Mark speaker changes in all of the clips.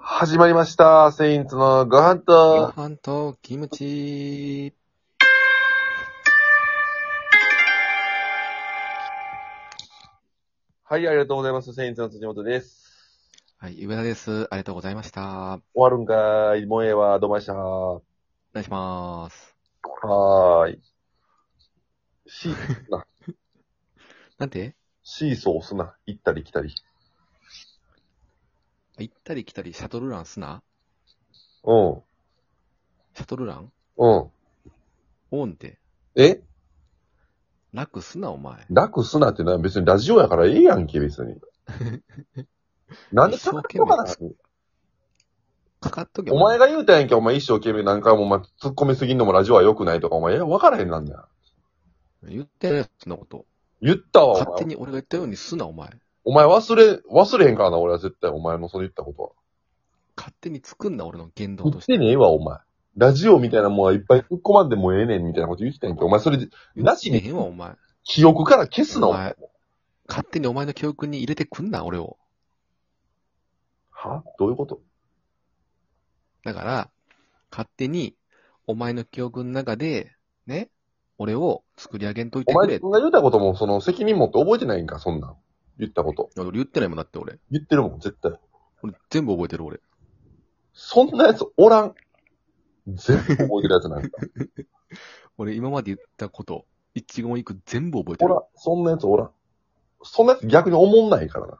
Speaker 1: 始まりました。セインツのご飯と、
Speaker 2: ご飯とキムチ。
Speaker 1: はい、ありがとうございます。セインツの辻本です。
Speaker 2: はい、上田です。ありがとうございました。お
Speaker 1: 終わるんかい。もうええわ。どうもありした。は
Speaker 2: 願いします。
Speaker 1: ーい。シー、
Speaker 2: なんて
Speaker 1: シーソーすな。行ったり来たり。
Speaker 2: 行ったり来たりシャトルランすな
Speaker 1: うん。
Speaker 2: シャトルラン
Speaker 1: うん。
Speaker 2: オンって。
Speaker 1: え
Speaker 2: 楽すな、お前。
Speaker 1: 楽すなってのは別にラジオやからええやんけ、別に。なんで高くとかな
Speaker 2: 一かかっとけ。
Speaker 1: お前
Speaker 2: が。
Speaker 1: が言うたやんけ、お前一生懸命何回もお前突っ込みすぎんのもラジオは良くないとか、お前、えわからへんなんだよ。
Speaker 2: 言ってないよ、そんなこと。
Speaker 1: 言ったわ、お前
Speaker 2: 勝手。に俺が言ったようにすな、お前。
Speaker 1: お前忘れ、忘れへんからな、俺は絶対、お前のそれ言ったことは。
Speaker 2: 勝手に作んな、俺の言動
Speaker 1: 言
Speaker 2: と
Speaker 1: っ
Speaker 2: してて。
Speaker 1: ねえわ、お前。ラジオみたいなもんはいっぱい突っ込まんでもええねんみたいなこと言ってたんやけど、お前それ、なし
Speaker 2: 言
Speaker 1: に
Speaker 2: ってへんわ、お前。
Speaker 1: 記憶から消すな、
Speaker 2: お
Speaker 1: お前
Speaker 2: 前。勝手にお前の記憶に入れてくんな、俺を。
Speaker 1: はどういうこと
Speaker 2: だから、勝手に、お前の記憶の中で、ね、俺を作り上げんとい
Speaker 1: お
Speaker 2: てく
Speaker 1: 前、
Speaker 2: れ
Speaker 1: 自。分が言ったことも、その、責任持って覚えてないんか、そんなん。言ったこと。
Speaker 2: 俺言ってないもんだって、俺。
Speaker 1: 言ってるもん、絶対。
Speaker 2: 俺全部覚えてる俺。
Speaker 1: そんなやつおらん。全部覚えてるやつなん か。
Speaker 2: 俺今まで言ったこと、一言一句全部覚えて
Speaker 1: お
Speaker 2: る
Speaker 1: ら。ん。そんなやつおらん。そんなやつ逆におもんない からな。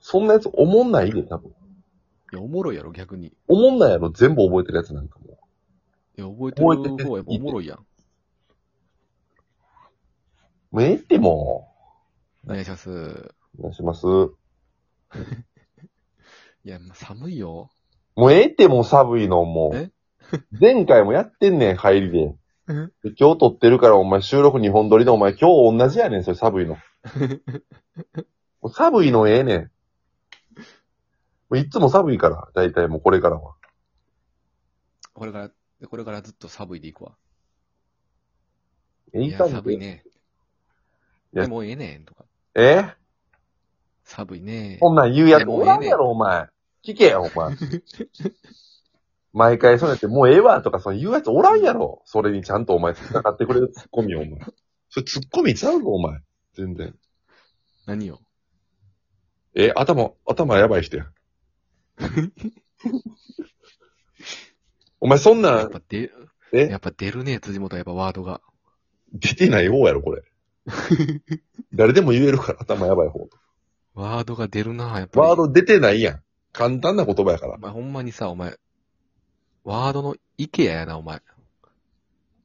Speaker 1: そんなやつおもんないで、多分。
Speaker 2: いや、おもろいやろ逆に。い
Speaker 1: おもんないやろ、全部覚えてるやつなんかもう。
Speaker 2: や、覚えてる
Speaker 1: 覚えてて
Speaker 2: 方がやっぱおもろいやん。
Speaker 1: もうええっても
Speaker 2: お願いします。
Speaker 1: う。お願いします。も
Speaker 2: いや、まあ、寒いよ。
Speaker 1: うええってもう寒いの、もう
Speaker 2: え。
Speaker 1: 前回もやってんねん、入りで
Speaker 2: え。
Speaker 1: で今日撮ってるから、お前収録2本撮りで、お前今日同じやねん、それ寒い の。もう寒いのええねん。もういつも寒いから、だいたいもうこれからは。
Speaker 2: これから、これからずっと寒いでいくわ。
Speaker 1: え
Speaker 2: い
Speaker 1: い
Speaker 2: や、
Speaker 1: かん
Speaker 2: 寒いね。
Speaker 1: いや
Speaker 2: でもええねんとか。
Speaker 1: え
Speaker 2: 寒いね
Speaker 1: こんなん言うやつ
Speaker 2: いやもう
Speaker 1: おらんやろ、お前。聞けよ、お前。毎回そうやって、もうええわとか、その言うやつおらんやろ。それにちゃんとお前、戦ってくれるツッコミ、お前。それツッコミちゃうぞ、お前。全然。
Speaker 2: 何よ。
Speaker 1: え、頭、頭やばい人や。お前、そんな
Speaker 2: やっ
Speaker 1: ん、
Speaker 2: ぱ出、
Speaker 1: え
Speaker 2: やっぱ出るね、辻元やっぱワードが。
Speaker 1: 出てない方やろ、これ。誰でも言えるから、頭やばい方。
Speaker 2: ワードが出るな、やっぱり。
Speaker 1: ワード出てないやん。簡単な言葉やから
Speaker 2: お。前ほんまにさ、お前、ワードのイケアやな、お前。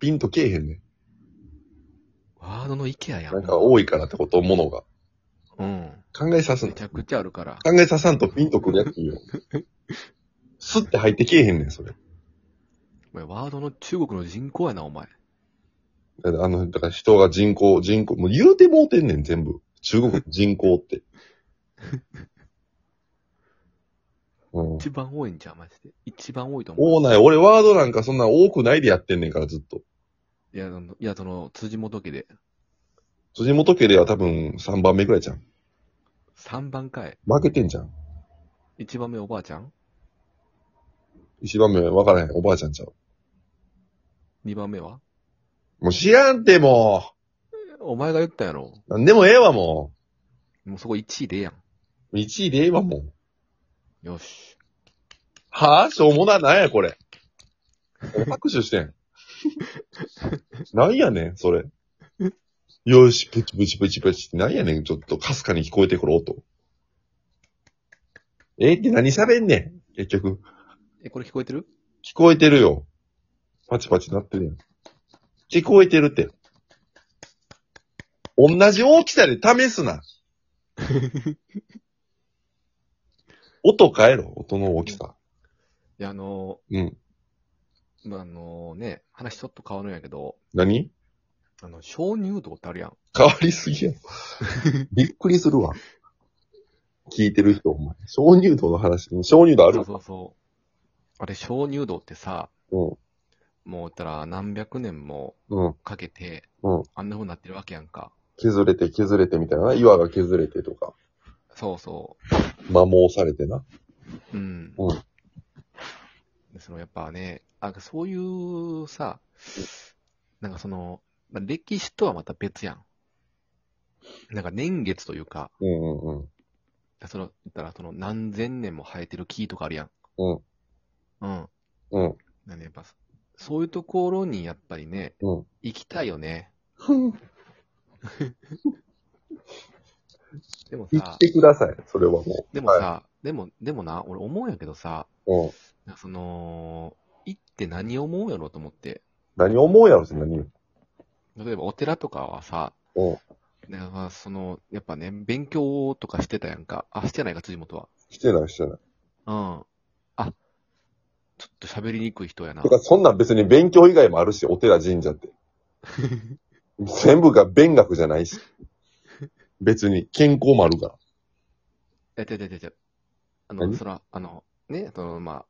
Speaker 1: ピンとけえへんねん。
Speaker 2: ワードのイケアや
Speaker 1: なんか多いからってこと、ものが。
Speaker 2: うん。
Speaker 1: 考えさすな
Speaker 2: めち。ゃくちゃあるから。
Speaker 1: 考えささんとピンとくるやつよ。スッて入ってけえへんねん、それ。
Speaker 2: お前、ワードの中国の人口やな、お前。
Speaker 1: だからあの、だから人が人口、人口、もう言うてもうてんねん、全部。中国の人口って。 うん。
Speaker 2: 一番多いんじゃん、マジで。一番多いと思う。
Speaker 1: 多ない。俺ワードなんかそんな多くないでやってんねんから、ずっと。
Speaker 2: いや、その、いや、その、辻元家で、
Speaker 1: 辻元家では多分3番目くらいじゃん。
Speaker 2: 3番かい。
Speaker 1: 負けてんじゃん。
Speaker 2: 1番目おばあちゃん
Speaker 1: 1番目わからへん。おばあちゃんちゃう。
Speaker 2: ?2 番目は
Speaker 1: もう知らんて、も
Speaker 2: お前が言ったやろ。
Speaker 1: う。なんでもええわ、も
Speaker 2: もうそこ1位でええや
Speaker 1: う。1位でええわ、もう。
Speaker 2: ん。よし。
Speaker 1: はぁ、しょうもな、なんや、これ。これ拍手してん。なんやねん、それ。よし、プチプチプチプチって、なんやねん、ちょっと、かすかに聞こえてくる音。えって何喋んねん、結局。
Speaker 2: え、これ聞こえてる
Speaker 1: 聞こえてるよ。パチパチなってるやん。聞こえてるって。同じ大きさで試すな。音変えろ、音の大きさ。
Speaker 2: いや、あの
Speaker 1: うん。
Speaker 2: ー、まあ、あのー、ね、話ちょっと変わるんやけど、
Speaker 1: 何
Speaker 2: あの、鍾乳洞ってあるやん。
Speaker 1: 変わりす ぎやろ。びっくりするわ。聞いてる人、お前。鍾乳洞の話。鍾乳洞あ
Speaker 2: そう
Speaker 1: る
Speaker 2: そうそう。あれ、鍾乳洞ってさ、
Speaker 1: う
Speaker 2: もう言ったら何百年も
Speaker 1: ん。うん。
Speaker 2: かけて、
Speaker 1: うん
Speaker 2: あんな風になってるわけやんか。
Speaker 1: 削れて削れてみたいな。岩が削れてとか。
Speaker 2: そうそう。
Speaker 1: 摩耗されてな。
Speaker 2: うん。
Speaker 1: うん
Speaker 2: そのやっぱね、あそういうさ、なんかその、まあ歴史とはまた別やん。なんか年月というか、
Speaker 1: うんうんうん。
Speaker 2: その、言ったらその何千年も生えてる木とかあるやん。
Speaker 1: うん。
Speaker 2: うん。
Speaker 1: うん。
Speaker 2: なんでやっぱ、そういうところにやっぱりね、
Speaker 1: うん
Speaker 2: 行きたいよね。でも
Speaker 1: 言
Speaker 2: さ
Speaker 1: っ、てください。それはもう。
Speaker 2: でも
Speaker 1: は
Speaker 2: さ、でも、でもな、俺思うんやけどさ、
Speaker 1: い、うん。
Speaker 2: なんかその、行って何思うやろと思って。
Speaker 1: 何思うやろって何よ
Speaker 2: 例えばお寺とかはさ、
Speaker 1: うん。
Speaker 2: なんかその、やっぱね、勉強とかしてたやんか。あ、してないか、辻元は。
Speaker 1: してないしてない。
Speaker 2: うん。あ、ちょっと喋りにくい人やな
Speaker 1: と。か、そんなん別に勉強以外もあるし、お寺神社 って。全部が勉学じゃないし。別に、健康もあるから。
Speaker 2: え、ちゃちゃちゃちゃ。あの、
Speaker 1: 何
Speaker 2: そら、あの、ね、その、ま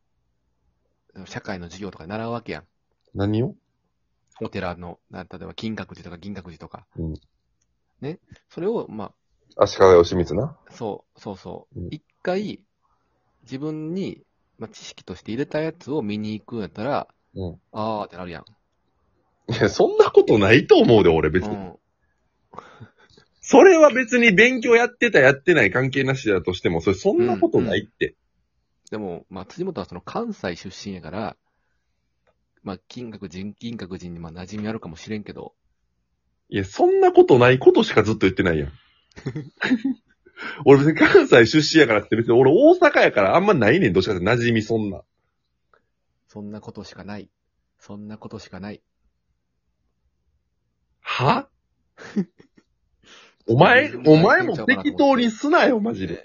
Speaker 2: あ、社会の授業とか習うわけやん。
Speaker 1: 何を
Speaker 2: お寺の、な例えば金閣寺とか銀閣寺とか。
Speaker 1: うん
Speaker 2: ね。それを、ま
Speaker 1: 足利義満な。
Speaker 2: あ、そう、そうそう
Speaker 1: うん。
Speaker 2: 一、回、自分に、まあ、知識として入れたやつを見に行くんやったら、
Speaker 1: うん
Speaker 2: あーってなるやん。
Speaker 1: いや、そんなことないと思うで、俺別
Speaker 2: う
Speaker 1: に。
Speaker 2: ん。
Speaker 1: それは別に勉強やってたやってない関係なしだとしても、それそんなことないって。
Speaker 2: でも、まあ、辻元はその関西出身やから、まあ、金閣寺、銀閣寺にまあ馴染みあるかもしれんけど、
Speaker 1: いや、そんなことないことしかずっと言ってないやん。 俺別に関西出身やからって別に俺大阪やからあんまないねん、どっちかって馴染みそんな。
Speaker 2: そんなことしかない。そんなことしかない。
Speaker 1: はお前、お前も適当にすなよ、マジで。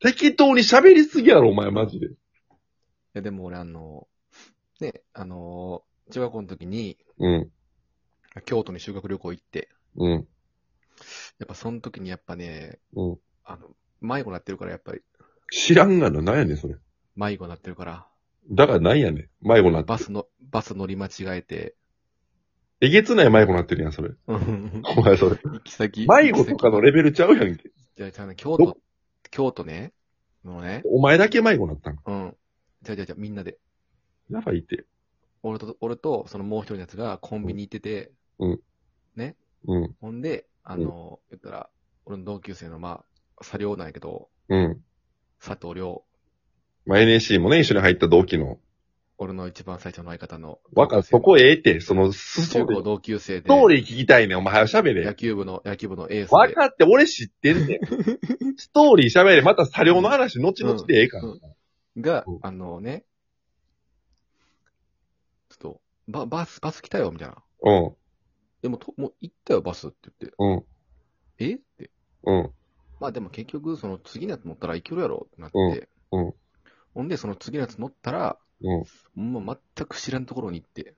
Speaker 1: 適当に喋りすぎやろ、お前、マジで。
Speaker 2: いや、でも俺あの、ね、あの、中学校の時に、
Speaker 1: うん、
Speaker 2: 京都に修学旅行行って、
Speaker 1: うん、
Speaker 2: やっぱその時にやっぱね、
Speaker 1: うん。
Speaker 2: あの、迷子なってるからやっぱり、
Speaker 1: 知らんがな、なんやねん、それ。
Speaker 2: 迷子なってるから、
Speaker 1: だからなんやねん。迷子なって
Speaker 2: バ。スの、バス乗り間違えて、
Speaker 1: えげつない迷子なってるやん、それ。
Speaker 2: うん
Speaker 1: お前、それ。
Speaker 2: 行き先。
Speaker 1: 迷子とかのレベルちゃうやんけ。
Speaker 2: じゃじゃね、京
Speaker 1: ど
Speaker 2: 都、京都ね、のね、
Speaker 1: お前だけ迷子なったんか。
Speaker 2: うん。じゃじゃじゃみんなで、
Speaker 1: やばいって。
Speaker 2: 俺と、俺と、そのもう一人のやつがコンビニ行ってて、
Speaker 1: うん、
Speaker 2: ほんで、あの、言ったら、俺の同級生の、まあ、佐良なんやけど、
Speaker 1: うん。
Speaker 2: 佐藤良、
Speaker 1: まあ、NSC もね、一緒に入った同期の。
Speaker 2: 俺の一番最初の相方の。
Speaker 1: わかる、そこええって、その、スト
Speaker 2: 中
Speaker 1: ーリ
Speaker 2: 高
Speaker 1: ー、
Speaker 2: 同級生
Speaker 1: ストー
Speaker 2: で、
Speaker 1: リー聞きたいねん。お前、早喋
Speaker 2: 野
Speaker 1: れ。
Speaker 2: 球部の、野球部のエースで。
Speaker 1: わかって、俺知ってんねん。ストーリー喋れ。また、車両の話、後々でええから。
Speaker 2: うんが
Speaker 1: うん、
Speaker 2: あのね、ちょっと、バ、バス、バス来たよ、みたいな。
Speaker 1: うん、
Speaker 2: でも、ともう行ったよ、バスって言
Speaker 1: うん、
Speaker 2: って。えって。
Speaker 1: うん、
Speaker 2: まあでも結局、その次のやつ乗ったらいけるやろってなって。
Speaker 1: うんうん
Speaker 2: ほんで、その次のやつ乗ったら、
Speaker 1: うん。
Speaker 2: もう全く知らんところに行って。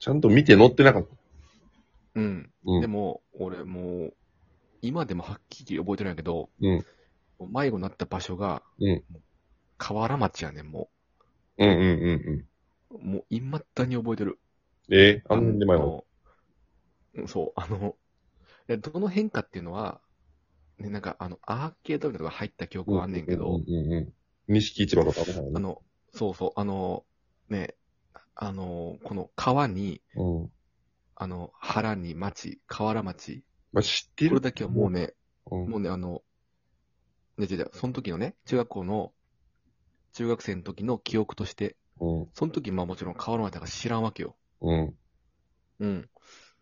Speaker 1: ちゃんと見て乗ってなかった。
Speaker 2: うん。
Speaker 1: うん
Speaker 2: で。も、俺もう、今でもはっきり覚えてないけど、
Speaker 1: うん
Speaker 2: もう迷子になった場所が、
Speaker 1: うん
Speaker 2: もう河原町やねん、も
Speaker 1: うん、うん、うん、う
Speaker 2: う。もう、いまだに覚えてる。
Speaker 1: ん。ええあんで迷子。
Speaker 2: のうんそう、あの、いやどの変化っていうのは、ね、なんか、あの、アーケードみたいなのが入った記憶はあんねんけど、
Speaker 1: うん、うん、うん。錦市場とか危ない
Speaker 2: あ
Speaker 1: ね。
Speaker 2: の、そうそう、あの、ね、あの、この川に、
Speaker 1: うん。
Speaker 2: あの、原に町、河原町、
Speaker 1: まあ、知って
Speaker 2: これ
Speaker 1: る。
Speaker 2: だけはもうね、
Speaker 1: うん。
Speaker 2: もうね、あの、ね、違う違う、その時のね、中学校の、中学生の時の記憶として、
Speaker 1: うん、
Speaker 2: その時、まあもちろん河原町なんか知らんわけよ。
Speaker 1: うん。
Speaker 2: うん。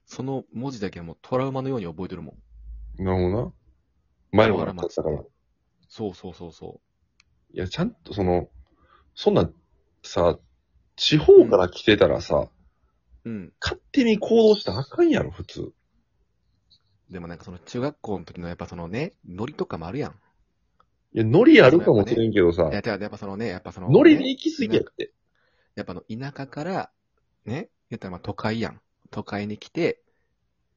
Speaker 2: その文字だけはもうトラウマのように覚えてるもん。
Speaker 1: なるほどな。迷子になっちゃったから。い
Speaker 2: そうそうそうそ
Speaker 1: や、ちゃんとその、そんな、さ、地方から来てたらさ、
Speaker 2: う。うん。
Speaker 1: 勝手に行動したらあかんやろ、普通。
Speaker 2: でもなんかその中学校の時のやっぱそのね、ノリとかもあるやん。
Speaker 1: いや、ノリあるかもしれんけどさ
Speaker 2: い、や、じゃあやっぱそのね、やっぱその、
Speaker 1: ノリで行き過ぎやって。
Speaker 2: やっぱあの田舎から、ね、言ったらまあ都会やん。都会に来て、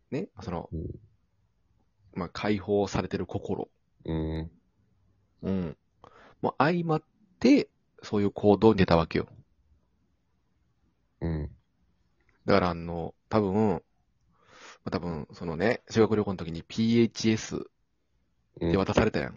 Speaker 2: ね、その、
Speaker 1: うん
Speaker 2: まあ解放されてる心。
Speaker 1: うん。
Speaker 2: うん。もう相まって、そういう行動に出たわけよ。
Speaker 1: うん。
Speaker 2: だからあの、多分、まあ多分、そのね、修学旅行の時に PHS で渡されたやん。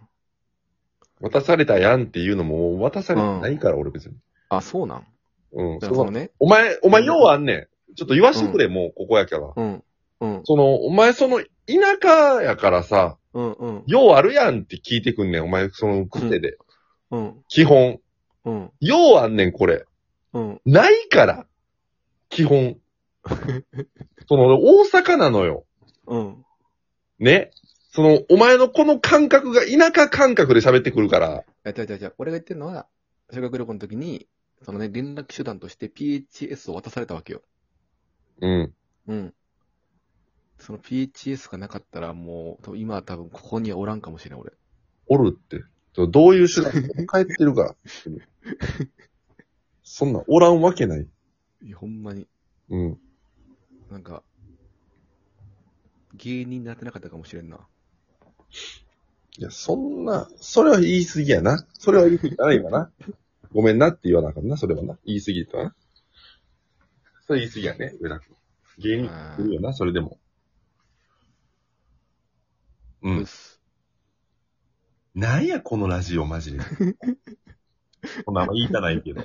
Speaker 1: 渡されたやんっていうのも、渡されてないから、俺別に。
Speaker 2: あ、そうなん。
Speaker 1: うん。
Speaker 2: だ
Speaker 1: そ
Speaker 2: から
Speaker 1: の
Speaker 2: そのね。
Speaker 1: お前、お前、ようあんねん。ちょっと言わしてくれ、もう、ここやから。
Speaker 2: うん。うん。
Speaker 1: その、お前、その、田舎やからさ、
Speaker 2: うん。うん。
Speaker 1: ようあるやんって聞いてくんねん、お前、その、癖で。
Speaker 2: うん。
Speaker 1: 基本。
Speaker 2: うん。
Speaker 1: ようあんねん、これ。
Speaker 2: うん。
Speaker 1: ないから。基本。その、大阪なのよ。
Speaker 2: うん。
Speaker 1: ね。その、お前のこの感覚が田舎感覚で喋ってくるから。
Speaker 2: いや、違う違う違う。俺が言ってるのは、修学旅行の時に、そのね、連絡手段として PHS を渡されたわけよ。
Speaker 1: うん。
Speaker 2: うん。その PHS がなかったらもう、多分今は多分ここにはおらんかもしれない、俺。
Speaker 1: おるって。どういう手段帰ってるから。そんなんおらんわけない。
Speaker 2: いや、ほんまに。
Speaker 1: うん。
Speaker 2: なんか、芸人になってなかったかもしれんな。
Speaker 1: いや、そんな、それは言い過ぎやな。それは言い過ぎだな、今な。ごめんなって言わなあかんな、それはな。言い過ぎだな。それ言い過ぎやね、上田君。芸人いるよな、それでも。う。
Speaker 2: うんす。
Speaker 1: なんや、このラジオ、マジで。こんなあんま言いたないけど。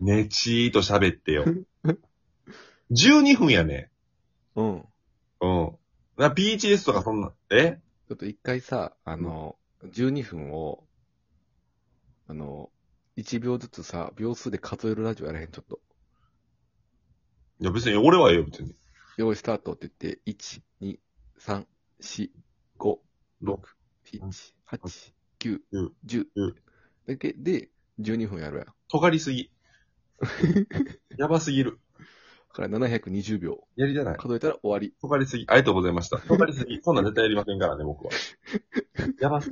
Speaker 1: ねちーっと喋ってよ。12分やね。
Speaker 2: うん。ち
Speaker 1: うん。な、PHS とかそんな、え
Speaker 2: ょっと一回さ、あの、12分を、あの、1秒ずつさ、秒数で数えるラジオやらへん、ちょっと。
Speaker 1: いや、別に俺はええよ、別に。
Speaker 2: 用意スタートって言って、1、2、3、4、5、
Speaker 1: 6。
Speaker 2: 7、8、9
Speaker 1: うん、
Speaker 2: 10
Speaker 1: うん。
Speaker 2: だけで、12分やるやん。だ
Speaker 1: 尖り すぎ。やばすぎる。
Speaker 2: から720秒。
Speaker 1: やりじゃない。
Speaker 2: 数えたら終わり。
Speaker 1: 尖りすぎ。ありがとうございました。尖りすぎ。そんなん絶対やりませんからね、僕は。やばすぎ。